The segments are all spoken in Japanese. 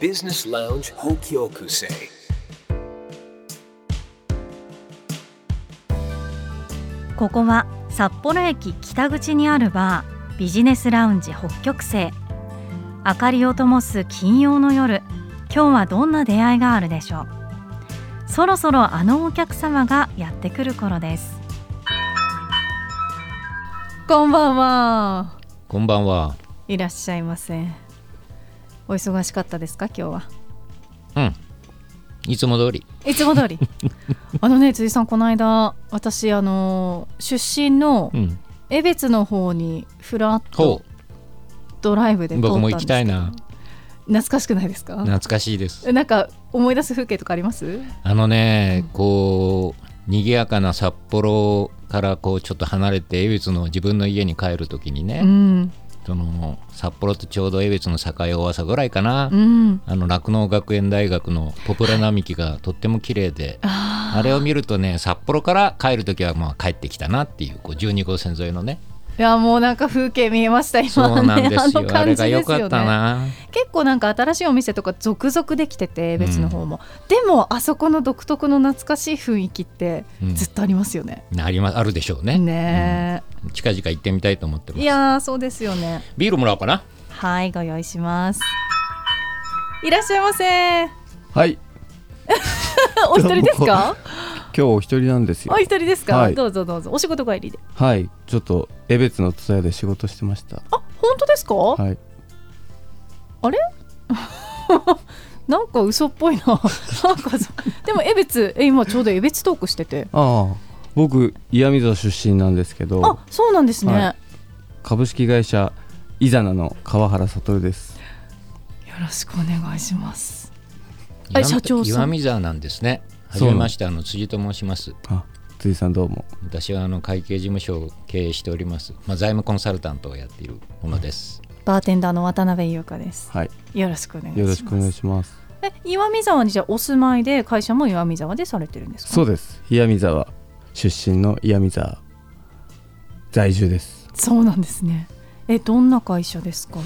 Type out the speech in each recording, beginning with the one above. Business Lounge Hokyokusei. Business ここは札幌駅北口にあるバービジネスラウンジ北極星明かりを灯す金曜の夜今日はどんな出会いがあるでしょうそろそろあのお客様がやってくる頃ですこんばんはこんばんは。いらっしゃいませお忙しかったですか今日はうん。いつも通り。いつも通り あのね辻さんこの間私あの出身のうん。江別の方にフラッとほドライブでう。通った僕んですけども行きたいな。懐かしくないですか懐かしいです。なんか思い出す風景とかありますあのねうん、こう、賑やかな札幌からこうちょっと離れて、江別の自分の家に帰るときにうね、んその札幌とちょうど江別の境大朝ぐらいかな、うんあの酪農学園大学のポプラ並木がとっても綺麗で、ああれを見るとね、札幌から帰るときはまあ帰ってきたなっていう、こう12号線沿いのね、ーいやもうなんか風景見え ました今そうなんですよ、ね、あのあ感れじがで良すよかねったな。結構なんか新しいお店とか続々できてて別の方も、でもあそこの独特の懐かしい雰囲気ってうんずっとありますよね、なりますあるでしょうね。ねうん近々行ってみたいと思ってまいす。やーそうですよねビールもらおうかな。はいご用意しますいらっしゃいませはい、お一人ですか今日お一人なんですよお。一人ですか、はいどうぞどうぞお仕事帰りではい、ちょっと江別の蔦屋で仕事してました。あ本当ですか、はい、なんか嘘っぽいな なんかそでも江別え今ちょうど江別トークしててああ、僕岩見沢出身なんですけどあ、そうなんですね、は株式会社イザナの川原悟です。よろしくお願いします岩見社長さん岩見沢なんですね。はじそうめまして、あの辻と申します。あ、辻さんどうも。私はあの会計事務所を経営しております。まあ財務コンサルタントをやっているものです。バーテンダーの渡辺優香ですはい、よろしくお願いしますよろしくお願いします。え岩見沢にじゃあお住まいで会社も岩見沢でされてるんですかそうです。岩見沢出身の岩見沢在住です。そうなんですねえどんな会社ですか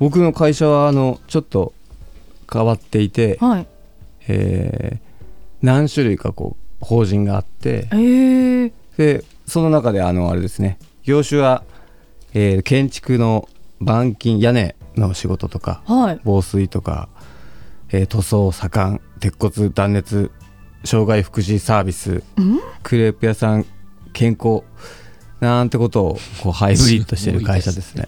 僕の会社はあのちょっと変わっていて、はいえー何種類かこう法人があって。えー、でその中であのあれですね業種は、えー建築の板金屋根の仕事とかはい防水とか、えー塗装左官鉄骨断熱障害福祉サービスうんクレープ屋さん健康なんてことをこうハイブリッドしてる会社ですね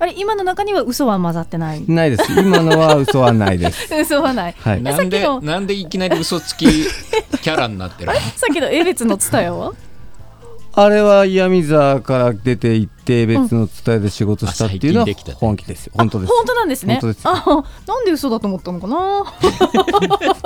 あれ今の中には嘘は混ざってないないです今のは嘘はない で す嘘は ないはいえなさっんきでのなんでいきなり嘘つき キャラになってるの？さっきの江別の蔦屋はあれは岩見沢から出て行って別の伝えで仕事したっていうのはあ最近できた本気ですよ本当です本当なんですね。本当ですよあ、なんで嘘だと思ったのか な。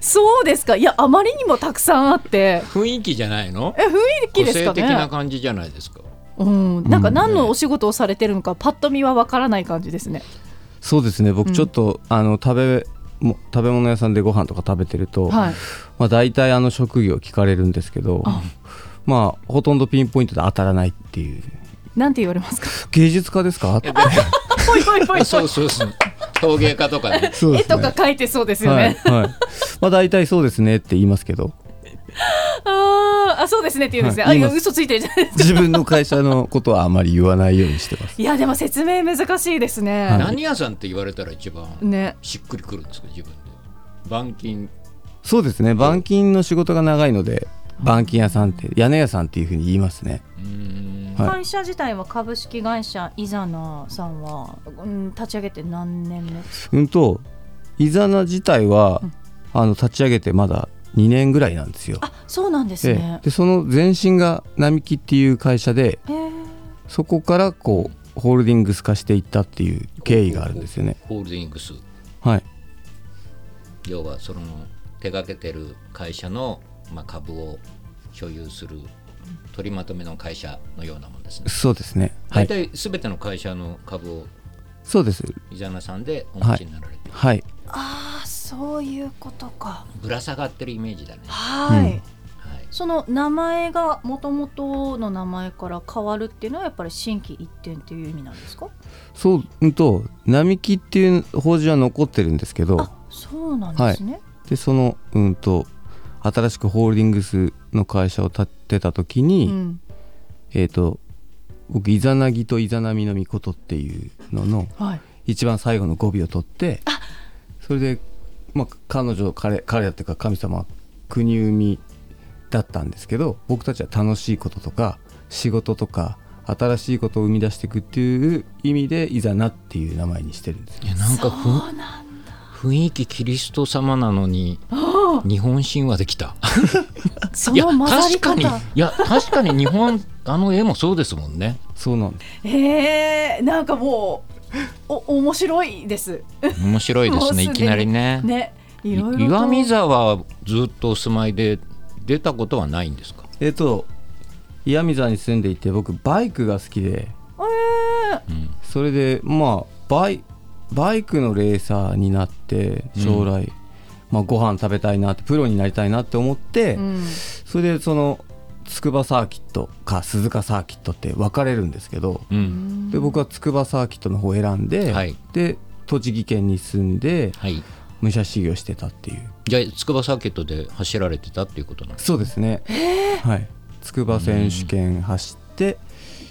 そうですか。いや、あまりにもたくさんあって。雰囲気じゃないの？え、雰囲気個です性か的なね。感じじゃないですか。うん、なんかうん何のお仕事をされてるのか、パッと見はわからない感じですね。そうですねう僕んちょっと、あの食べも食べ物屋さんでご飯とか食べてると、はい。まあ、大体あの職業聞かれるんですけどあまあほとんどピンポイントで当たらないっていうなんて言われますか。芸術家ですかぽいぽいぽい。そうそう そう。陶芸家とかね。 そう絵とか描いてそうですよはい、ね。はい、まあ大体そうですねって言いますけどあーあ、そうですねって言うんですね。はいあ、いや言います嘘ついてるじゃない。自分の会社のことはあまり言わないようにしてますいや、でも説明難しいですね。はい何屋さんって言われたら一番ね。しっくりくるんですか自分で。板金そうですね板金の仕事が長いので板金屋さんって屋根屋さんっていうふうに言いますねうーんはい会社自体は株式会社イザナさんは、うん、立ち上げて何年目ですかうんとイザナ自体は、うんあの立ち上げてまだ2年ぐらいなんですよあそうなんですえねえ、でその前身が並木っていう会社でえーそこからこうホールディングス化していったっていう経緯があるんですよねホールディングス。はい要はその手掛けてる会社の、まあ、株を所有する取りまとめの会社のようなもんですね。そうですねは大い体すべての会社の株をそうです伊沢さんでお持ちになられて、はいああそういうことかぶら下がってるイメージだね。はい、うんはい、その名前がもともとの名前から変わるっていうのはやっぱり新規一点っていう意味なんですかそううんと並木っていう法事は残ってるんですけどあそうなんですね、でそのうんと新しくホールディングスの会社を建てた時に、うんえっ、と僕イザナギとイザナミの御事っていうののはい、一番最後の語尾を取ってそれで、まあ、彼女彼彼らっていうか神様は国生みだったんですけど僕たちは楽しいこととか仕事とか新しいことを生み出していくっていう意味で「イザナ」っていう名前にしてるんですよいやなんかふんそうなん雰囲気キリスト様なのに日本神話できたそいやの混ざり確かにい方や確かに日本あの絵もそうですもんねそうなんですへえなんかもうお面白いです面白いですねもうすでにいきなりねねいいろいろと岩見沢はずっとお住まいで出たことはないんですか、えっ、と岩見沢に住んでいて僕バイクが好きでうんそれでまあバイバイクのレーサーになって将来、まあ、ご飯食べたいなってプロになりたいなって思って、うんそれでその筑波サーキットか鈴鹿サーキットって分かれるんですけど、うんで僕は筑波サーキットの方を選んで、はいで栃木県に住んではい武者修行してたっていうじゃあ筑波サーキットで走られてたっていうことなんですそうですね、はい筑波選手権走って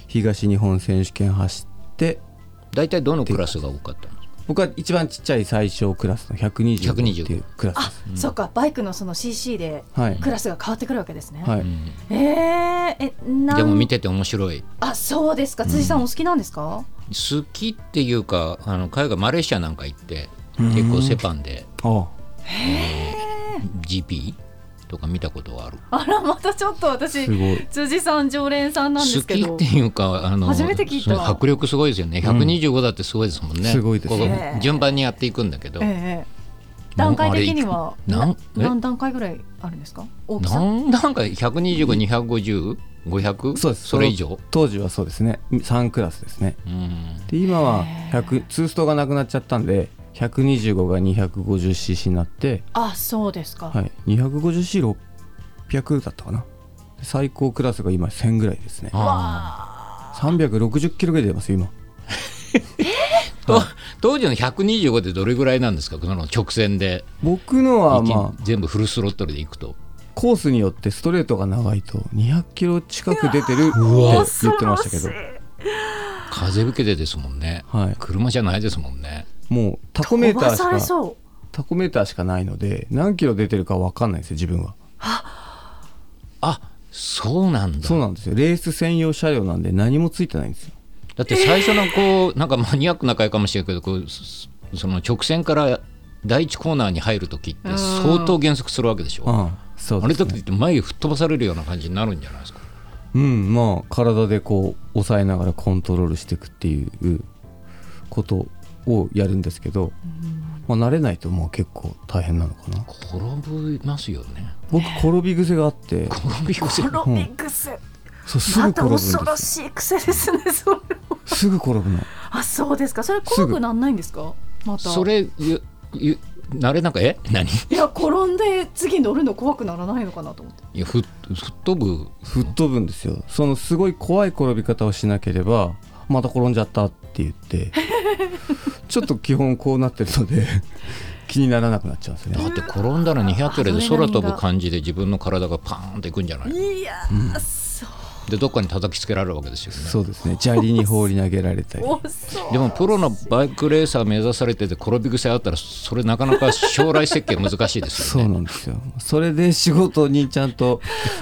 東日本選手権走って大体どのクラスが多かったんですか僕は一番ちっちゃい最小クラスの120っていうクラスであす、そっかバイクのその CC ではいクラスが変わってくるわけですね、はい、うんえー、えなんでも見てて面白いあそうですか辻さんお好きなんですか、好きっていうかあの海外マレーシアなんか行って結構セパンであ GP とか見たことはあるあらまたちょっと私すごい辻さん常連さんなんですけど好きっていうかあの初めて聞いたその迫力すごいですよね125だってすごいですもんね、すごいですこねこ順番にやっていくんだけど、ええええ段階的にはななんえ何段階ぐらいあるんですか大きさ何段階150250500500そうですれ以上当時はそうですね3クラスですねうんで今は100ツーストがなくなっちゃったんで125が 250cc になって、あそうですか、はい、250cc600 だったかなで最高クラスが今1000ぐらいですねあ360キロぐらい出ますよ今ーと当時の125ってどれぐらいなんですかこの直線で、僕のは一まあ全部フルスロットルでいくとコースによってストレートが長いと200キロ近く出てるって言ってましたけど、風受けてですもんね、はい、車じゃないですもんねもうタコメーター飛ばされしかそうタコメーターしかないので何キロ出てるか分かんないんですよ自分はあそうなんだそうなんですよレース専用車両なんで何もついてないんですよだって最初のこう、なんかマニアックな回かもしれないけどこうそその直線から第一コーナーに入る時って相当減速するわけでしょ、ああそあうれです、だね、って前に吹っ飛ばされるような感じになるんじゃないですかうんまあ体でこう抑えながらコントロールしていくっていうことをやるんですけど、まあ、慣れないともう結構大変なのかな転びますよね僕転び癖があって転びこそロビックス、そうすぐま転たぶんです恐よろしい癖ですねそれすぐ転ぶのあそうですかそれ怖くなんないんですかまたそれゆゆ慣れなんかえ 何いや転んで次乗るの怖くならないのかなと思っていやふっ吹っ飛ぶ吹っ飛ぶんですよそのすごい怖い転び方をしなければまた転んじゃったって言って ちょっと基本こうなってるので 気にならなくなっちゃうんですよだっねて転んだら200キロで空飛ああぶ感じで自分の体がパーンといくんじゃないいやそうでどっかに叩きつけられるわけですよねそうですね砂利に放り投げられたりそうでもプロのバイクレーサー目指されてて転び癖あったらそれなかなか将来設計難しいです そようね。なんですよそれで仕事にちゃんと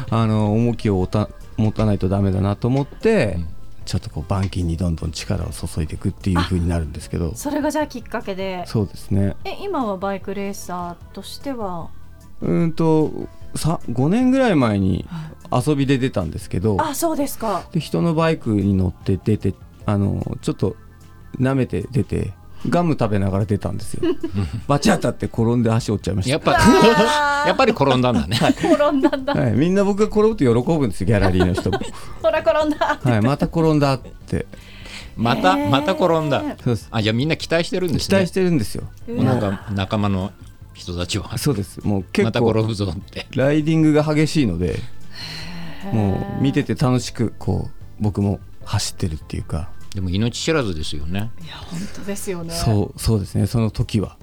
あの重きをおた持たないとダメだなと思って、うんちょっとこう板金にどんどん力を注いでいくっていう風になるんですけどそれがじゃあきっかけでそうですねえ今はバイクレーサーとしてはうーんとさ5年ぐらい前に遊びで出たんですけどあそうですかで人のバイクに乗って出てあのちょっと舐めて出てガム食べながら出た んですよバチ当たって転んで足折っちゃいましやたっぱ やっぱり転んだんだね。転んだんだはい、みんな僕が転ぶと喜ぶんですよギャラリー の人も、ほら転んだはい、また転んだってまたへーまた転んだ。そうですあじゃあみんな期待してるんです期待ねし。てるんですようなんわか仲間の人たちはそうですもうま結た構転ぶぞって。ライディングが激しいのでもう見てて楽しくこう僕も走ってるっていうか、でも命知らずですよねいや本当ですよねそうそうですねその時は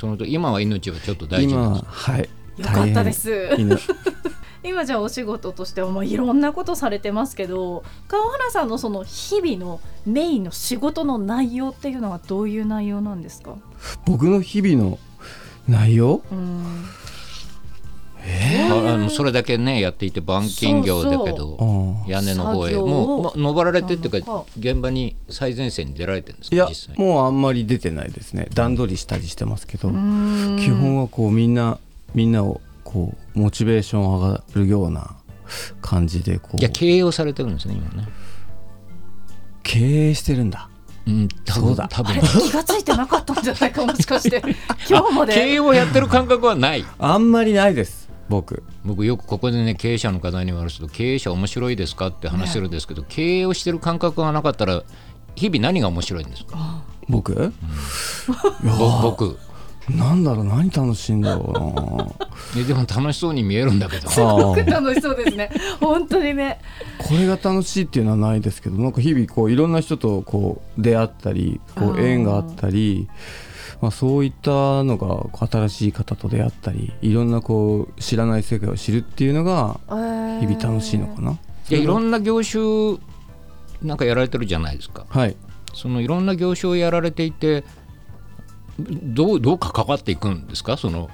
そのと今は命はちょっと大事今なんはですはいよかったで大す変いいな今じゃあお仕事としてはまあいろんなことされてますけど川原さんのその日々のメインの仕事の内容っていうのはどういう内容なんですか僕の日々の内容うんああのそれだけねやっていて板金業だけそうどあー屋根の方へ作業をもうの登られてっていうあのはか現場に最前線に出られてるんですいかや実際もうあんまり出てないですね段取りしたりしてますけど、うん基本はこうみんなみんなをこうモチベーション上がるような感じでこういや経営をされてるんですね今ね経営してるんだうん多そう分だ多 あ分れ気がついてなかったんじゃないかもしかして 今日ま経営でをやってる感覚はないあんまりないです僕僕よくここでね経営者の方に言われると経営者面白いですかって話するんですけど、経営をしてる感覚がなかったら日々何が面白いんですか僕、いやぼー僕なんだろう何楽しいんだろ うなえでも楽しそうに見えるんだけどあすごくー楽しそうですね本当にねこれが楽しいっていうのはないですけどなんか日々こういろんな人とこう出会ったりこあうー縁があったりまあ、そういったのが新しい方と出会ったりいろんなこう知らない世界を知るっていうのが日々日々楽しいのかな。いやいろなんな業種なんかやられてるじゃないですかはいそのいろんな業種をやられていてどうどう関わっていくんですかその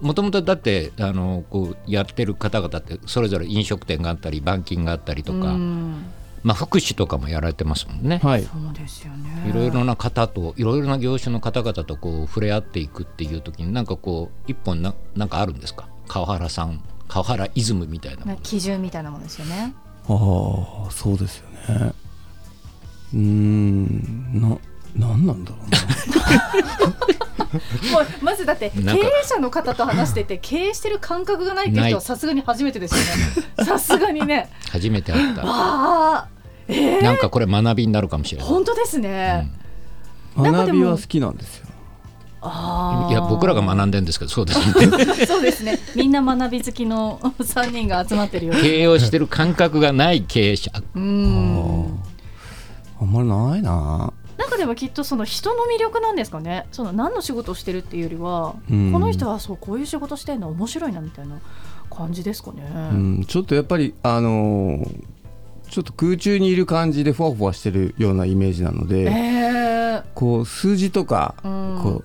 もともとだってあのこうやってる方々ってそれぞれ飲食店があったり板金があったりとか、うんまあ、福祉とかもやられてますもんね。はいそうですよねいろいろな方といろいろな業種の方々とこう触れ合っていくっていう時になんかこう一本ななんかあるんですか川原さん川原イズムみたいなもなの基準みたいなものですよねああそうですよねうーんな何なんだろうなもうまずだって経なんか営者の方と話してて経営してる感覚がないっていうな人いはさすがに初めてです よねさすがにね初めて会ったああなんかこれ学びになるかもしれない。本当ですね、 なんかで学もびは好きなんですよああいや僕らが学んでんですけどそうですね そうですねみんな学び好きの3人が集まってるよう経営をしてる感覚がない経営者うあんああんまりないななんかでもきっとその人の魅力なんですかねその何の仕事をしてるっていうよりは、うんこの人はそうこういう仕事してるの面白いなみたいな感じですかね、うんちょっとやっぱりあのーちょっと空中にいる感じでふわふわしてるようなイメージなので、ええこう数字とか、うんこう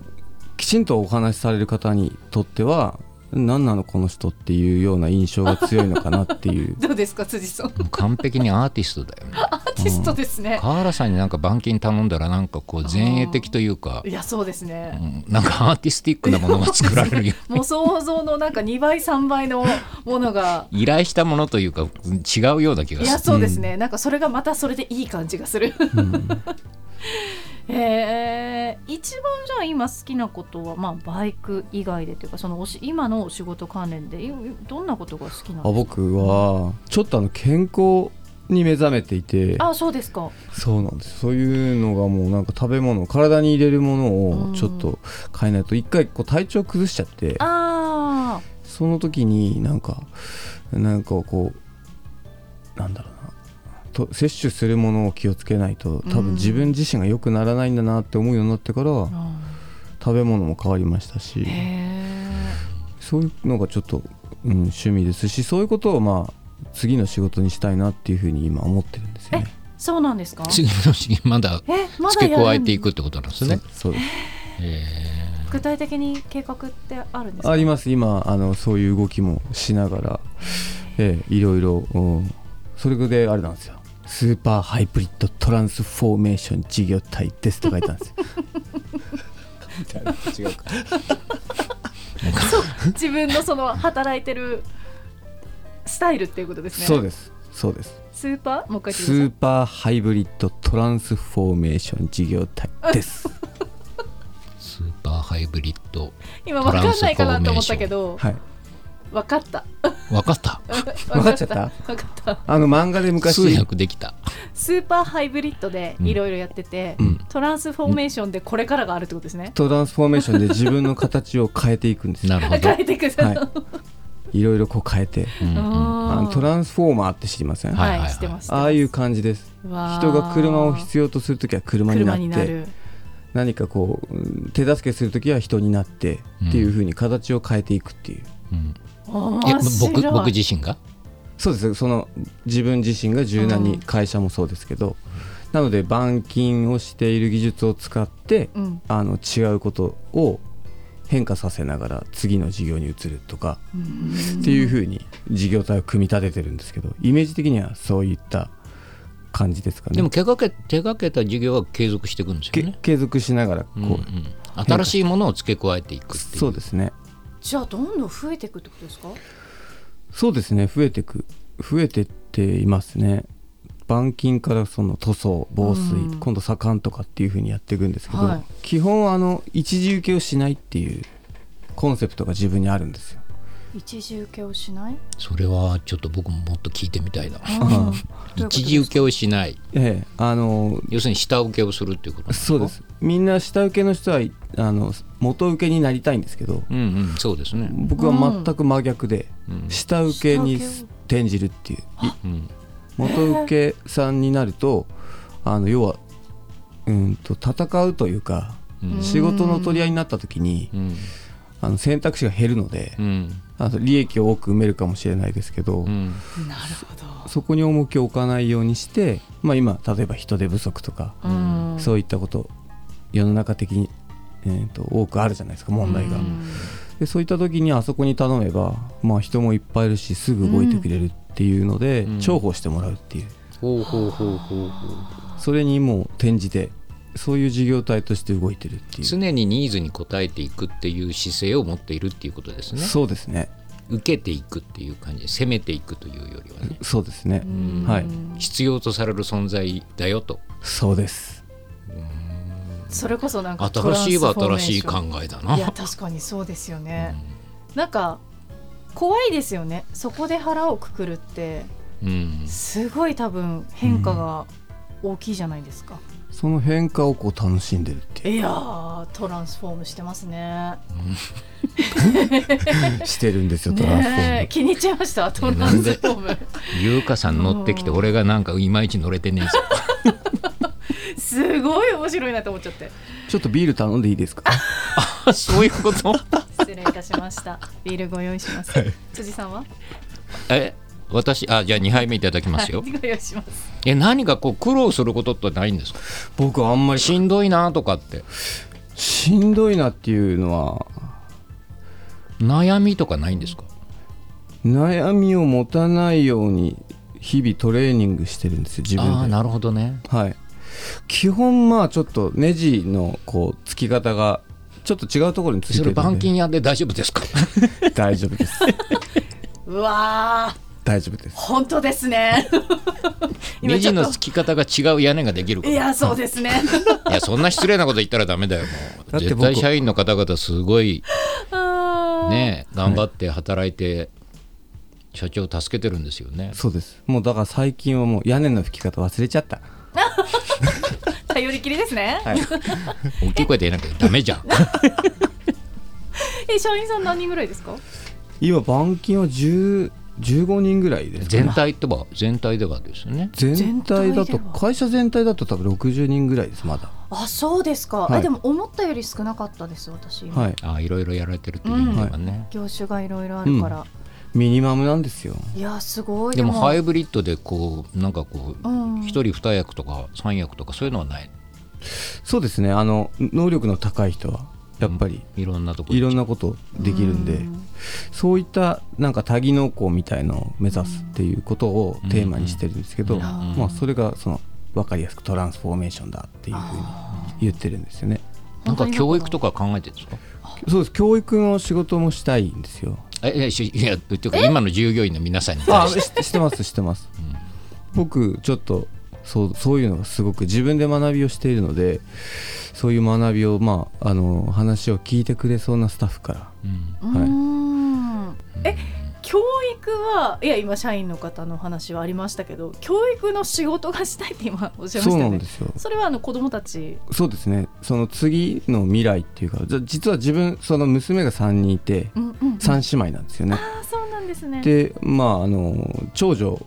きちんとお話しされる方にとっては何なのこの人っていうような印象が強いのかなっ ていうどうですか辻さんアもう完璧にアーティスト だよねーティストですね、川原さんになんか板金頼んだらなんかこう前衛的というか、いや そうですね、うんなんかアーティスティックなものが作られるよもう想像のなんか2倍3倍のものが 依頼したものというかうん違うような気がいやすそうですね、なんかそれがまたそれでいい感じがする、 えー一番じゃあ今好きなことは、まあ、バイク以外でというかそのおし今のお仕事関連でいどんなことが好きなあんですか僕はちょっとあの健康に目覚めていてあそうですかそうなんですそういうのがもうなんか食べ物体に入れるものうんをちょっと変えないと一回こう体調崩しちゃってあその時になんかなんかこうなんだろうなと摂取するものを気をつけないとう多ん分自分自身が良くならないんだなって思うようになってから、あ、食べ物も変わりましたしへえそういうのがちょっと、うん、趣味ですしそういうことをまあ次の仕事にしたいなっていうふうに今思ってるんですよね。そうなんですか次の日にまだえまだ付けや加るえんていくってことなんですね。そうそうです具体的に計画ってあるんですかあります今あのそういう動きもしながら、ええいろいろ、うんそれであれなんですよ「スーパーハイブリッドトランスフォーメーション事業体です」と書いたんですよ。みたいな違うか自分のその働いてるスタイルっていうことです ね。そうですそうですスーパーもう一回言ってスくだーパーハイブリッドトランスフォーメーション事業体 です。スーパーハイブリッドさい。今わかんないかなと思ったけど、はいわかった。分かったわかっちゃったわかった。あの漫画で通昔訳できたスーパーハイブリッドでいろいろやってて、うんトランスフォーメーションでこれからがあるってことですね。 トランスフォーメーションで自分の形を変えていくんですよなるほど変えてください。はいろいろこう変えてうんうんあのトランスフォーマーって知りません、はいははいいはい知ってますああいう感じです人人が車を必要とするときは車にな車っになてる何かこううん手助けするときは人になってっていうふうに形を変えていくっていう、うんいや面白僕い僕自身がそうですその自分自身が柔軟うにん会社もそうですけどなので板金をしている技術を使ってうんあの違うことを変化させながら次の事業に移るとかっていうふうに事業体を組み立ててるんですけどイメージ的にはそういった感じですかね。でも手がけ手がけた事業は継続していくんですけよね、継続しながらこう、うんうん新しいものを付け加えていくっていうそうですねじゃあどんどん増えていくってことですかそうですね増えてく増えてっていますね板金からその塗装防水、うん今度左官とかっていう風にやっていくんですけど、はい基本あの一時受けをしないっていうコンセプトが自分にあるんですよ一時受けをしないそれはちょっと僕ももっと聞いてみたいなあー一時受けをしないええあの要するに下請けをするっていうことなんかそうですみんな下請けの人はあの元請けになりたいんですけどうんうんそうですね僕は全く真逆で、うん下請けに下請転じるっていううん元請けさんになるとあの要はうんと戦うというかうん仕事の取り合いになった時にうんあの選択肢が減るのでうんあの利益を多く埋めるかもしれないですけどうんなるほどそこに重きを置かないようにして、まあ、今例えば人手不足とかうんそういったこと世の中的に、えー、と多くあるじゃないですか問題がうんでそういった時にあそこに頼めば、まあ、人もいっぱいいるしすぐ動いてくれるっていうのでうん重宝してもらうっていうほうほうほうほうほうそれにもう転じてそういう事業体として動いてるっていう、常にニーズに応えていくっていう姿勢を持っているっていうことですねそうですね受けていくっていう感じで攻めていくというよりはねそうですね、うんはい必要とされる存在だよとそうですそれこそなんか新しいは新しいトラ考ンスフォーメーションえだないや確かにそうですよね、なんか怖いですよねそこで腹をくくるってうんすごい多分変化が大きいじゃないですか、その変化をこう楽しんでるっていういやートランスフォームしてますねしてるんですよトランスフォーねえム気に入っちゃいましたトランスフォーム優香さん乗ってきて俺がなんかいまいち乗れてねえぞすごい面白いなと思っちゃってちょっとビール頼んでいいですかあそういうこと失礼いたしましたビールご用意します、辻さんは え私あじゃあ2杯目いただきますよ、はいご用意しますえ何かこう苦労することってないんですか僕はあんまりししんどいなとかってしんどいなっていうのは悩みとかないんですか悩みを持たないように日々トレーニングしてるんですよ自ああ分でなるほどねはい基本まあちょっとネジのこうつき方がちょっと違うところについそれてるんで板金屋で大丈夫ですか大丈夫ですうわー大丈夫です本当です ね今ネちょジっのと付き方が違う屋根ができるかいらやそうですね いやそんな失礼なこと言ったらダメだよもうだって絶僕対社員の方々すごいあーね頑張って働いて社長を助けてるんですよねそうですもうだから最近はもう屋根の吹き方忘れちゃった頼りきりですね、大きい声で言えなきゃダメじゃんえ社員さん何人ぐらいですか今板金は10 15人ぐらいですかね全体とは全体ではですよね全体だ全体とでは会社全体だと多分60人ぐらいですまだあそうですか、はいあでも思ったより少なかったです私、今はいあいろいろやられてるっていう意味ではね、業種がいろいろあるから、ミニマムなんですよいやすごいでもハいイブリッドでこうなんかこううん一人二役とか三役とかそういうのはないそうですねあの能力の高い人はやっぱりいろんなところいろんなことできるんで、そういったなんか多技能校みたいのを目指すっていうことをテーマにしてるんですけど、うんまあ、それがその分かりやすくトランスフォーメーションだっていうふうに言ってるんですよねなんか教育とか考えてるんですかそうです教育の仕事もしたいんですよえいやしいやというか今の従業員の皆さんに対あしてししてますしてます、僕ちょっとそうそういうのがすごく自分で学びをしているのでそういう学びをまああの話を聞いてくれそうなスタッフからうんうーんえ教育はいや今社員の方の話はありましたけど教育の仕事がしたいって今おっしゃいましそうたなよんねですよそれはあの子供たちそうですねその次の未来っていうかじゃ実は自分その娘が3人いてうんうん3姉妹なんですよねあそうなんなんですね。でまああの長女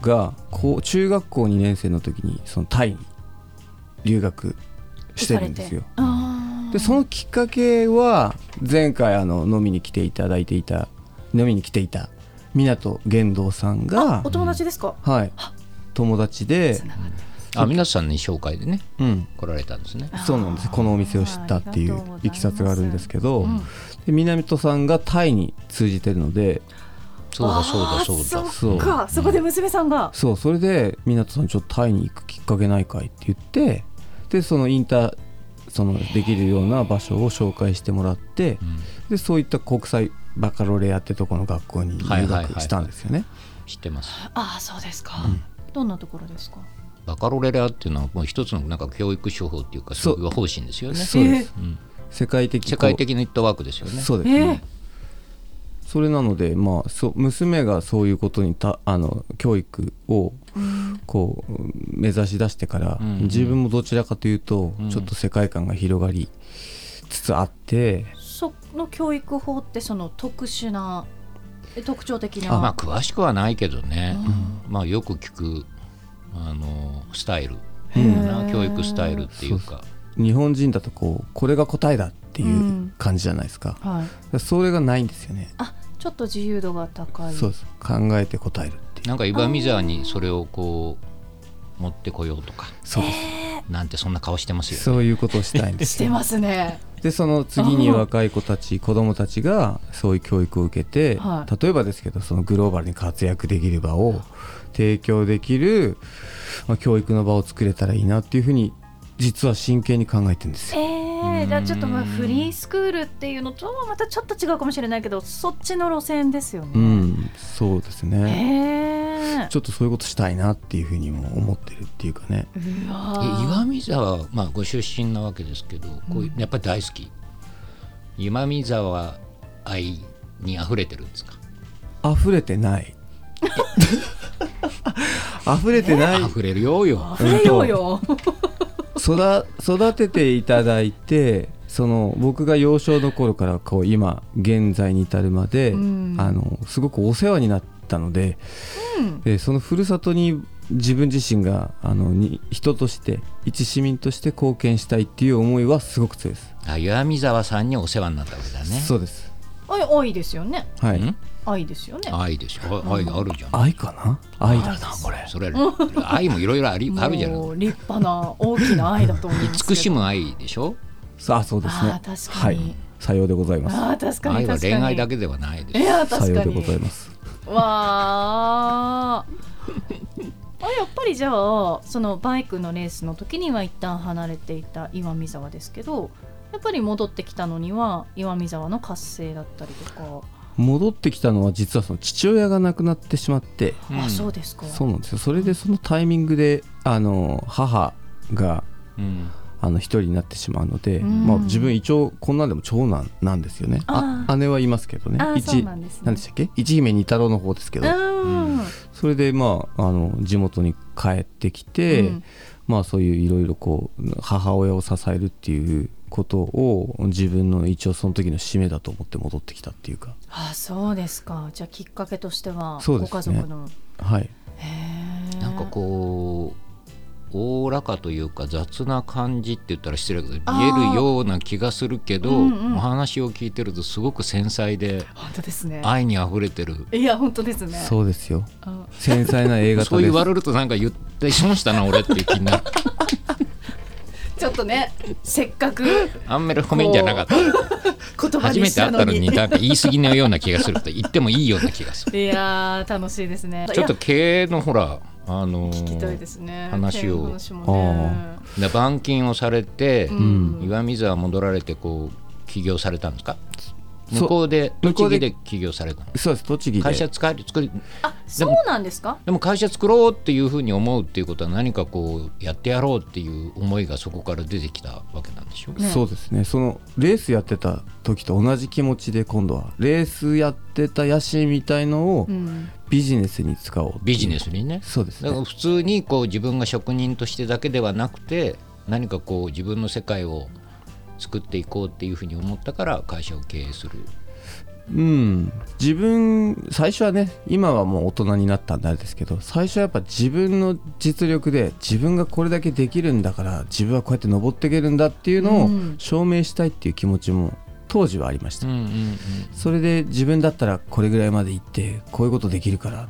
がこう中学校2年生の時にそのタイに留学してるんです行よかれて。あーでそのきっかけは前回あの飲みに来ていただいていた飲みに来ていた湊玄道さんがお友達ですか。はい友達でつ、ながってあ皆さんに紹介でねうん、来られたんですねそうなんですこのお店を知ったっていあーありがとうございまうすいきさつがあるんですけど、うんで湊さんがタイに通じてるのでそうだそうだそうあーだそっかそこで娘さんが。そうそれで湊さんちょっとタイに行くきっかけないかいって言ってでそのインターそのできるような場所を紹介してもらってうんでそういった国際バカロレアってとこの学校にはい留はいはい学したんですよね。知ってますああそうですか。どんなところですか。バカロレラっていうのはもう一つのなんか教育手法っていうかそそうういう方針ですよねそうです、うん世界的世界的ネットワークですよねそうですえね、えそれなので、まあ、そう娘がそういうことにたあの教育をこう目指し出してから、うん自分もどちらかというと、うんちょっと世界観が広がりつつあって、その教育法ってその特殊なえ特徴的な。まあ詳しくはないけどね、まあよく聞くあのスタイルへうんーな教育スタイルっていうか日本人だとこうこれが答えだっていうん感じじゃないですか、はい。それがないんですよね、あちょっと自由度が高い。そうです考えて答えるっていうなんかイバミザーにそれをこう持ってこようとかそうですなんてそんな顔してますよ、ね、そういうことをしたいんでしすてよますね。でその次に若い子たち子供たちがそういう教育を受けて、は例えばですけどそのグローバルに活躍できる場を提供できる、まあ、教育の場を作れたらいいなっていうふうに実は真剣に考えてるんですえよ。えじゃあちょっとまあフリースクールっていうのとはまたちょっと違うかもしれないけどそっちの路線ですようね。ん、そうですええねちょっとそういうことしたいなっていうふうにも思ってるっていうかねうわえー岩見沢は、まあ、ご出身なわけですけどこうやっぱり大好き岩見沢愛に溢れてるんですか溢れてない 溢れてない溢れるようよ溢れようよ。育育てていただいてその僕が幼少の頃からこう今現在に至るまで、うんあのすごくお世話になったので、うんえーそのふるさとに自分自身があのに人として一市民として貢献したいっていう思いはすごく強いです。あ岩見沢さんにお世話になったわけだねそうです。愛愛ですよね。はい。ん愛ですよね。愛でしょあ愛あるじゃん愛かな？愛だなこれ。それ愛もいろいろありあるじゃないもう立派な大きな愛だと思いますけど。 慈しむ愛でしょさあそうですねあ。ー確はかいに。さようでございます。ああ確かに愛は確か恋に。愛だけではないですいや確かさに。ようでございます。わあ。あやっぱりじゃあそのバイクのレースの時には一旦離れていた岩見沢ですけどやっぱり戻ってきたのには岩見沢の活性だったりとか、戻ってきたのは実はその父親が亡くなってしまって。うんあそうですかそうなんですよそれでそのタイミングであの母がうんあの一人になってしまうので、うんまあ、自分一応こんなんでも長男なんですよねああ姉はいますけどねあー一そうなんですね何でしたっけ一姫二太郎の方ですけど、うん、それでまああの地元に帰ってきて、うんまあそういういろいろこう母親を支えるっていうことを自分の一応その時の使命だと思って戻ってきたっていうかあそうですかじゃあきっかけとしてはそうごですね家族の、はいへえなんかこうおおらかというか雑な感じって言ったら失礼だけどあ見えーるような気がするけど、うんうんお話を聞いてるとすごく繊細で本当ですね愛にあふれてる。いや本当ですねそうですよあ 繊細な A 型ですそう言われるとなんか言ってしましたな俺っていう気に なるちょっとねせっかくあんまり褒めんじゃなかった言葉初にめして会ったのたのにになんか言い過ぎのような気がすると言ってもいいような気がする いやー楽しいですねちょっとい経営のほらあのや聞きたいーですね話を経営の話もだね板金をされて、ん岩見沢戻られてこう起業されたんですかそう向こうで向栃こうで木で起業されたのそうです栃木で会社使える作りあそうなんですかでも会社作ろうっていうふうに思うっていうことは何かこうやってやろうっていう思いがそこから出てきたわけなんでしょう、ねそうですねそのレースやってた時と同じ気持ちで今度はレースやってた野心みたいのをうんビジネスに使おうビジネスにね。そうですだからね普通にこう自分が職人としてだけではなくて何かこう自分の世界を作っていこうっていうふうに思ったから会社を経営するうん自分最初はね今はもう大人になったんであれですけど最初はやっぱ自分の実力で自分がこれだけできるんだから自分はこうやって登っていけるんだっていうのうをん証明したいっていう気持ちも当時はありました、うんうんうんそれで自分だったらこれぐらいまで行ってこういうことできるから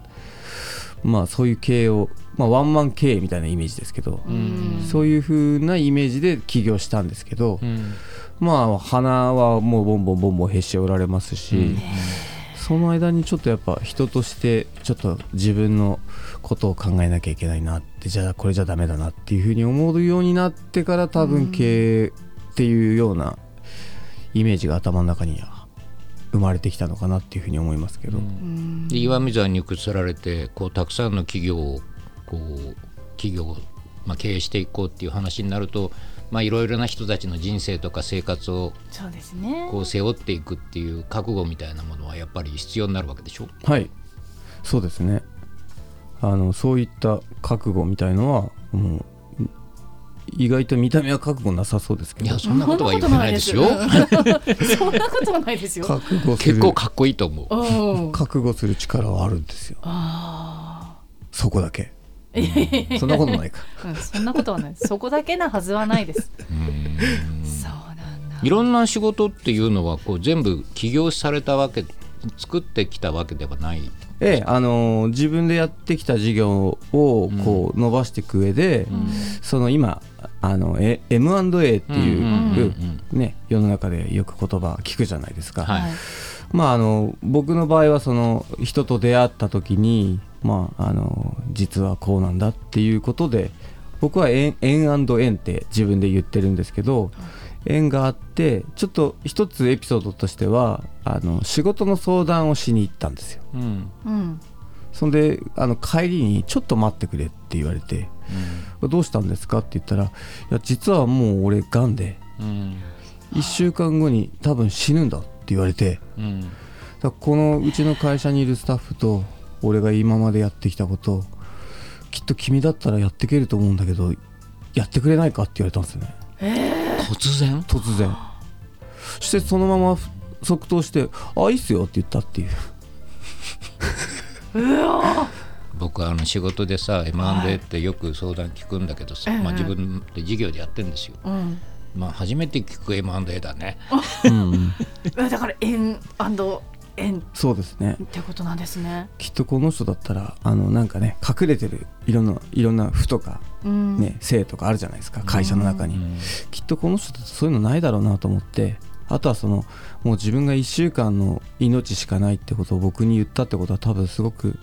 まあそういう経営を、まあ、ワンマン経営みたいなイメージですけど、うんそういう風なイメージで起業したんですけど、うんまあ花はもうボンボンボンボンへしておられますし、うんその間にちょっとやっぱ人としてちょっと自分のことを考えなきゃいけないなってじゃあこれじゃダメだなっていうふうに思うようになってから多うん分経営っていうようなイメージが頭の中に生まれてきたのかなっていうふうに思いますけど、うんで岩見沢に移られてこうたくさんの企業をこう企業を、まあ、経営していこうっていう話になるとまあいろいろな人たちの人生とか生活をそうですねこう背負っていくっていう覚悟みたいなものはやっぱり必要になるわけでしょ、はいそうですねあのそういった覚悟みたいのはもう意外と見た目は覚悟なさそうですけいどやそんなことは言ってないですよそ んなことないですそんなことはないですよ。覚悟する結構かっこいいと思うおー覚悟する力はあるんですよあそこだけーいやいやいやそんなことないかうんそんなことはないそこだけなはずはないです。うんそうなんだ。いろんな仕事っていうのはこう全部起業されたわけ作ってきたわけではないええあのー自分でやってきた事業をこう伸ばしていく上で、その今あのえ M&A っていう、うんうんうんね、世の中でよく言葉聞くじゃないですか、はいまあ、あの僕の場合はその人と出会った時に、まあ、あの実はこうなんだっていうことで僕は縁縁縁って自分で言ってるんですけど縁があってちょっと一つエピソードとしてはあの仕事の相談をしに行ったんですよ。うんうんうん。そんであの帰りに「ちょっと待ってくれ」って言われて「どうしたんですか?」って言ったら「いや実はもう俺がんでうん1週間後に多分死ぬんだ」って言われて。うんだからこのうちの会社にいるスタッフと俺が今までやってきたこときっと君だったらやっていけると思うんだけどやってくれないかって言われたんですよね突然突然そしてそのまま即答して「あいいっすよ」って言ったっていう僕はあの仕事でさ M&A ってよく相談聞くんだけどさ、うんうんまあ、自分で事業でやってんですよ、うん。まあ、初めて聞く M&A だねだから円円 そうですねってことなんですね。きっとこの人だったらあのなんかね隠れてるいろんないろんな負とか、うん。ね性とかあるじゃないですか会社の中に、うんきっとこの人だとそういうのないだろうなと思ってあとはそのもう自分が1週間の命しかないってことを僕に言ったってことは多分すごく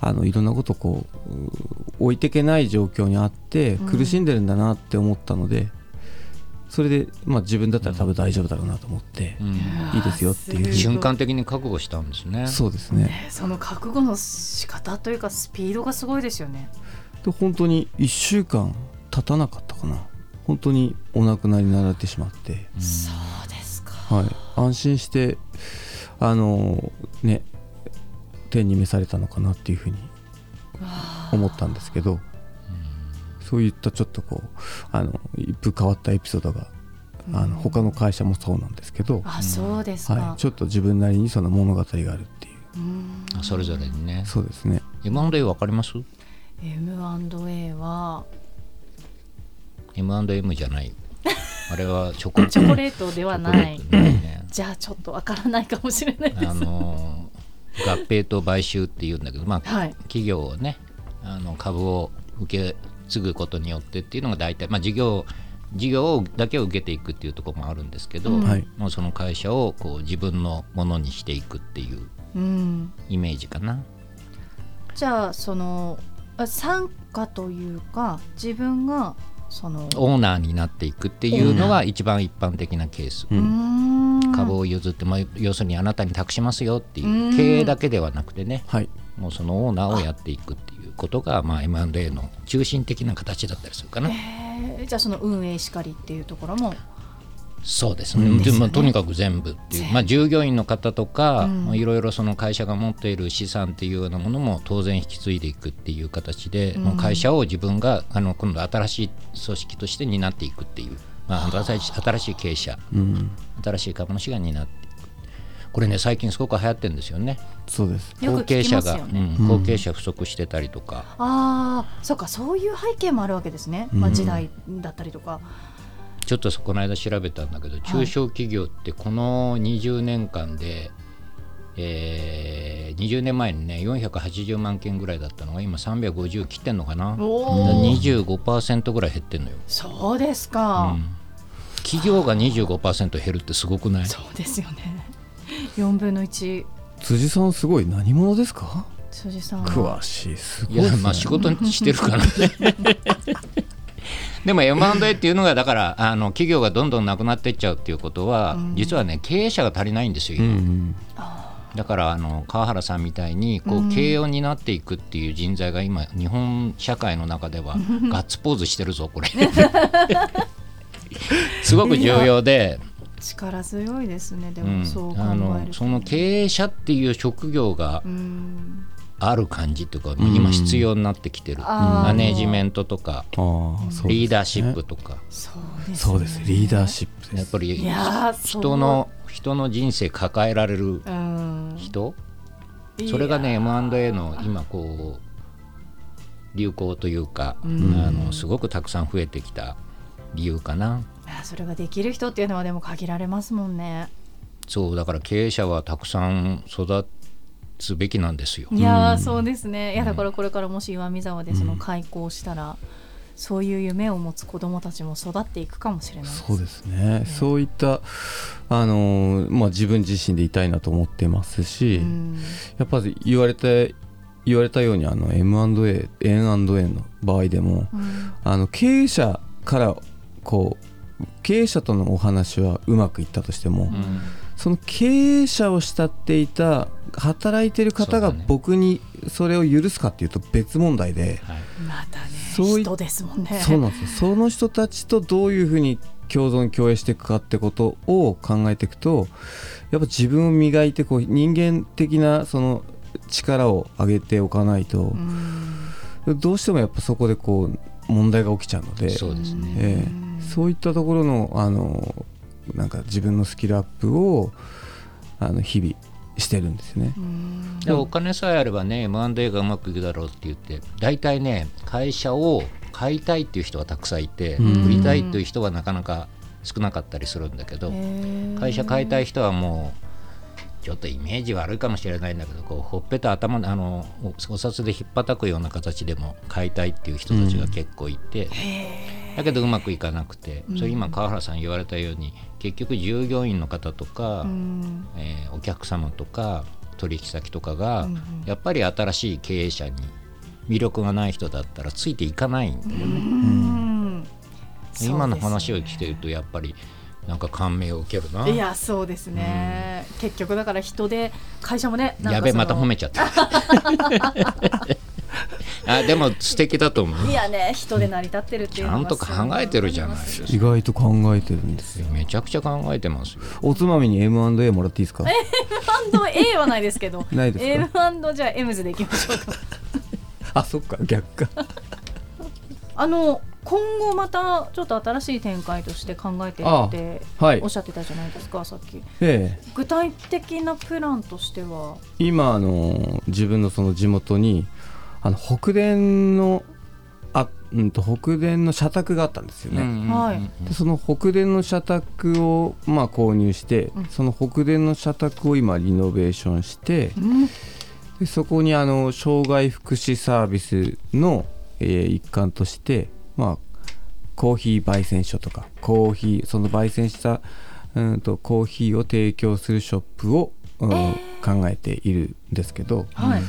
あのいろんなことをこううー置いてけない状況にあってうん苦しんでるんだなって思ったので、それで、まあ、自分だったら多分大丈夫だろうなと思って、うんいいですよっていうあーすご瞬間的に覚悟したんですねそうですねその覚悟の仕方というかスピードがすごいですよね。で本当に1週間経たなかったかな本当にお亡くなりになられてしまって。そうですか。はい、安心してあのね天に召されたのかなっていうふうに思ったんですけどそういったちょっとこうあの一風変わったエピソードがあの他の会社もそうなんですけど、あ、そうですか。はい、ちょっと自分なりにその物語があるっていううんあそれぞれにねそうですね M&A わかります M&A は M&M じゃ ないあれはチョコチョコレートではないチ。ョコレートねじゃあちょっとわからないかもしれないです。あの合併と買収っていうんだけど、まあ、はい企業をねあの株を受け継ぐことによってっていうのが大体、まあ、事業事業だけを受けていくっていうところもあるんですけど、うんはいもうその会社をこう自分のものにしていくっていううん。イメージかな。じゃあそのあ参加というか自分がそのオーナーになっていくっていうのが一番一般的なケース。ううん株を譲って、まあ、要するにあなたに託しますよってういんう経営だけではなくてねはいもうそのオーナーをやっていくっていうことが、まあ、M&A の中心的な形だったりするかな。へーじゃあその運営しかりっていうところもそうですね、ですよねまあ、とにかく全部っていう、まあ、従業員の方とか、うんまあいろいろその会社が持っている資産っていうようなものも当然引き継いでいくっていう形で、うんもう会社を自分があの今度新しい組織として担っていくっていう、まあ、新しい新しい経営者うん新しい株主が担っていくこれね最近すごく流行ってるんですよねそうですよ後く聞継き者ますが、よね。うんうん後継者不足してたりとか、ああ、そうか、そういう背景もあるわけですね。まあうん時代だったりとか。ちょっとこの間調べたんだけど中小企業ってこの20年間で、えー20年前にね480万件ぐらいだったのが今350切ってんのかなだからおお、 25%ぐらい減ってんのよ、そうですうか。ん企業が25%減るってすごくないそうですよね。四分の一。辻さんすごい何者ですか辻さんは。詳しいすいごいですやねまあ仕事にしてるからね でも M&A っていうのがだからあの企業がどんどんなくなってっちゃうっていうことは、うん実はね経営者が足りないんですよ、う今んだからあの川原さんみたいにこうんう経営を担っていくっていう人材が今日本社会の中ではガッツポーズしてるぞこれすごく重要で、力強いですね。でうんも、そう考あえるのと。その経営者っていう職業がうん。ある感じというか、ん今必要になってきてる、あーマネジメントとかああそうですねリーダーシップとか、そうです、ね。そうですリーダーシップでやっすぱりいやーそう人の人の人生抱えられるうん。人それがね M&A の今こう流行というか、うんあのすごくたくさん増えてきた理由かなあそれができる人っていうのはでも限られますもんね。そうだから経営者はたくさん育つべきなんですよ。いやー、そうですね。いやだからこれからもし岩見沢でその開校したら、そういう夢を持つ子どもたちも育っていくかもしれないです。そうですねそういったあのーまあ自分自身でいたいなと思ってますし、うんやっぱり言われて言われたようにあの M&A、N&A の場合でもうんあの経営者からこう経営者とのお話はうまくいったとしても、うんその経営者を慕っていた働いてる方がそうだね僕にそれを許すかっていうと別問題ではいまたねそうい人ですもんね。そうなんですよその人たちとどういうふうに共存共栄していくかってことを考えていくとやっぱ自分を磨いてこう人間的なその力を上げておかないとう、んどうしてもやっぱそこでこう問題が起きちゃうのでそうですねええうんそういったところのあのなんか自分のスキルアップをあの日々してるんですよね。うんでお金さえあればね M&A がうまくいくだろうって言って大体ね会社を買いたいっていう人がたくさんいて、うん売りたいっていう人はなかなか少なかったりするんだけど、会社変えたい人はもうちょっとイメージ悪いかもしれないんだけどこうほっぺた頭あのおお札でひっぱたくような形でも買いたいっていう人たちが結構いて、だけどうまくいかなくて、それ今川原さん言われたように結局従業員の方とか、うんえーお客様とか取引先とかが、うんうんやっぱり新しい経営者に魅力がない人だったらついていかないんだよね。うん今の話をそうです聞いてるとやっぱりなんか感銘を受けるな。ねいやそうですね、結局だから人で会社もねなんかやべえそのまた褒めち ゃったあでも素敵だと思ういやね人で成り立ってるっていちうのゃはんと考えてるじゃないです意か外と考えてるんですよ。めちゃくちゃ考えてますよおつまみに M&A もらっていいですか？ M&A は A はないですけど ないです M& じゃあ M ズでいきましょうか あ、そっか逆か。あの今後またちょっと新しい展開として考えてるああってはいおっ。しゃってたじゃないですかさっきええ、具体的なプランとしては今あの自分のその地元にあの北電のあ、うんと北電の社宅があったんですよね。はいでその北電の社宅をまあ購入して、うんその北電の社宅を今リノベーションして、でそこにあの障害福祉サービスの、えー一環として、まあ、コーヒー焙煎所とかコーヒーその焙煎したうんとコーヒーを提供するショップを、うん考えているんですけどはい、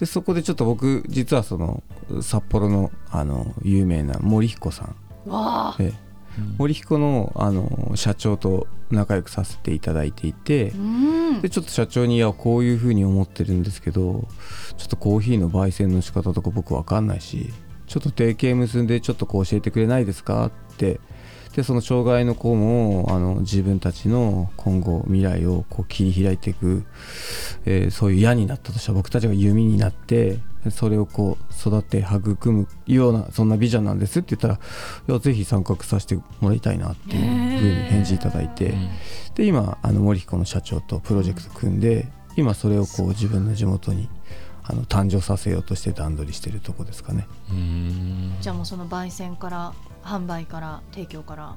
でそこでちょっと僕実はその札幌のあの有名な森彦さんわあええ森彦のあの社長と仲良くさせていただいていて、うんでちょっと社長に「いやこういうふうに思ってるんですけどちょっとコーヒーの焙煎の仕方とか僕わかんないしちょっと提携結んでちょっとこう教えてくれないですか?」ってでその障害の子もあの自分たちの今後未来をこう切り開いていく、えーそういう矢になったとしたら僕たちが弓になってそれをこう育て育むようなそんなビジョンなんですって言ったらいやぜひ参画させてもらいたいなっていうふうに返事いただいて、で今あの森彦の社長とプロジェクト組んで今それをこう自分の地元にあの誕生させようとして段取りしてるとこですかねうんじゃあもうその焙煎から販売から提供から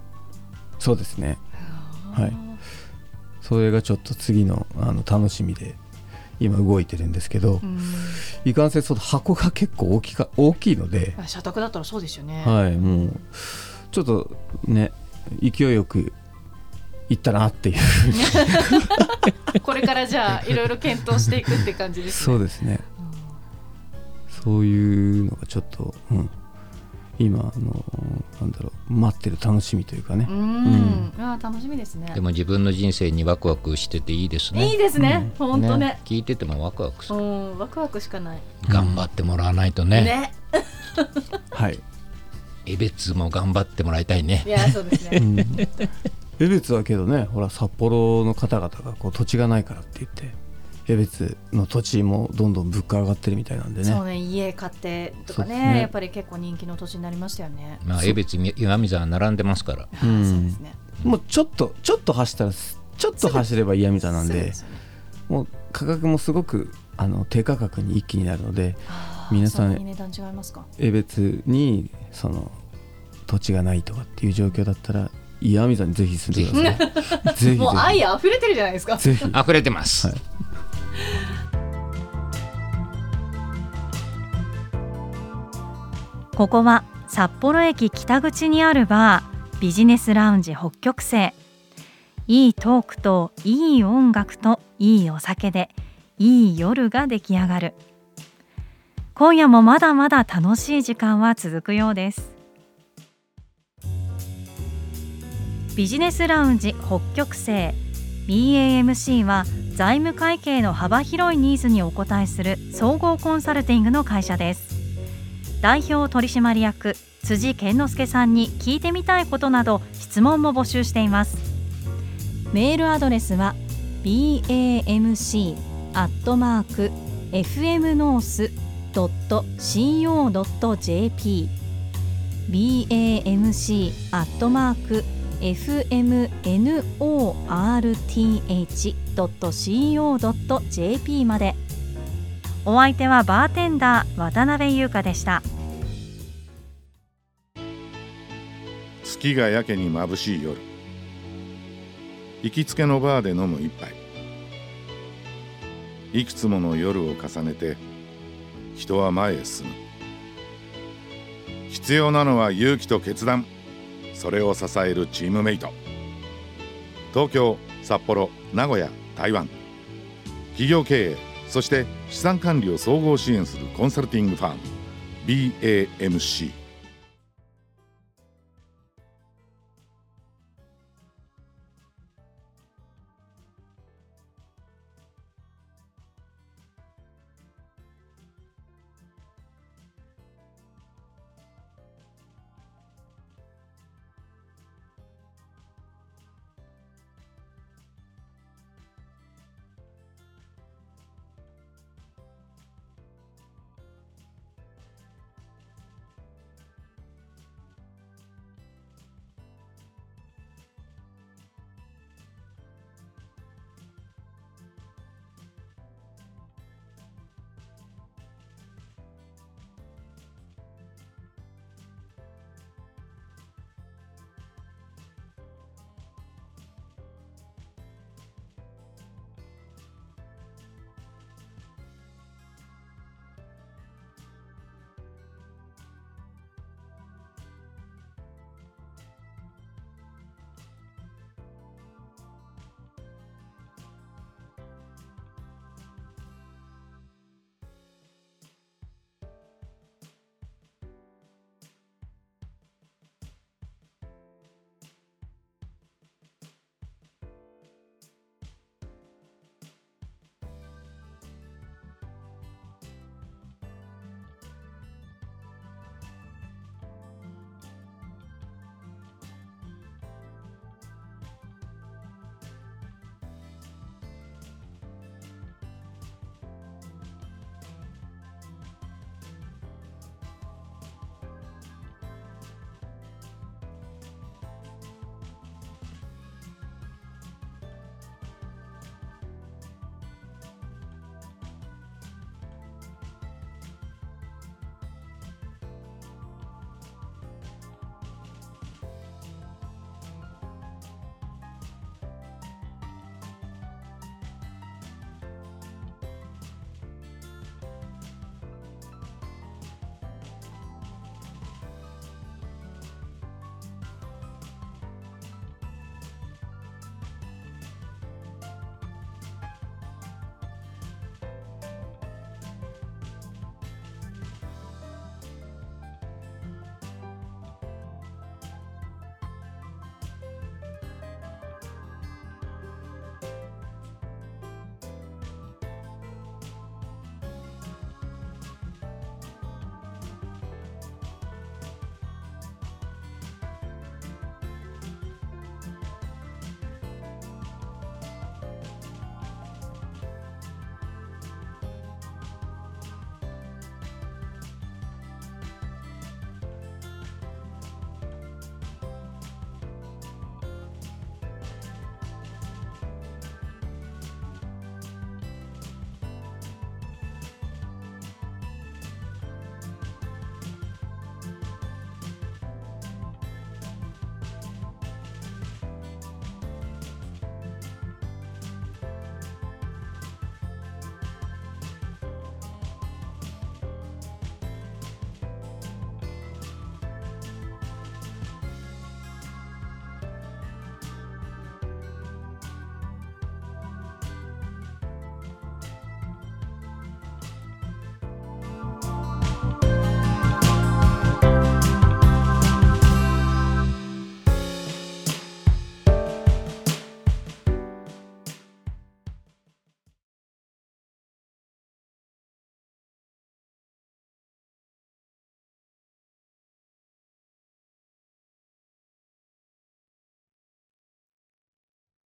そうですねはいそれがちょっと次のあの楽しみで今動いてるんですけど、うんいかんせんその箱が結構大きか大きいので、あ社宅だったらそうですよね、はい、もうちょっとね勢いよく行ったなっていうこれからじゃあいろいろ検討していくって感じですねそうですねそういうのがちょっと、うん、今あのなんだろう待ってる楽しみというかねう、ん、うわ楽しみですねでも自分の人生にワクワクしてていいですねいいですね、本当ね聞いててもワクワクすうるんワクワクしかない頑張ってもらわないとねねはい、えべつも頑張ってもらいたいねいやそうです ねうん、エベツはけどねほら札幌の方々がこう土地がないからって言ってエベツの土地もどんどん物価上がってるみたいなんでねそうね家買ってとかねそうですねやっぱり結構人気の年になりましたよね、まあえべつ岩見沢並んでますからあうんーそうですねもうちょっとちょっと走ったらすちょっと走れば嫌みたいなんそうですよねもう価格もすごくあの低価格に一気になるのであー皆さんそなに値段違いますか江別にその土地がないとかっていう状況だったら岩見沢にぜひ住んでくださいぜひぜひもう愛溢れてるじゃないですかぜひ溢れてます、はいここは札幌駅北口にあるバービジネスラウンジ北極星いいトークといい音楽といいお酒でいい夜が出来上がる今夜もまだまだ楽しい時間は続くようですビジネスラウンジ北極星 BAMC は財務会計の幅広いニーズにお応えする総合コンサルティングの会社です代表取締役辻健之介さんに聞いてみたいことなど質問も募集していますメールアドレスは bamc アットマーク fm ノースドット co ドット jp bamc アットマーク fmnorth ドット co ドット jp までお相手はバーテンダー渡辺優香でした月がやけに眩しい夜行きつけのバーで飲む一杯いくつもの夜を重ねて人は前へ進む必要なのは勇気と決断それを支えるチームメイト東京札幌名古屋台湾企業経営そして資産管理を総合支援するコンサルティングファーム BAMC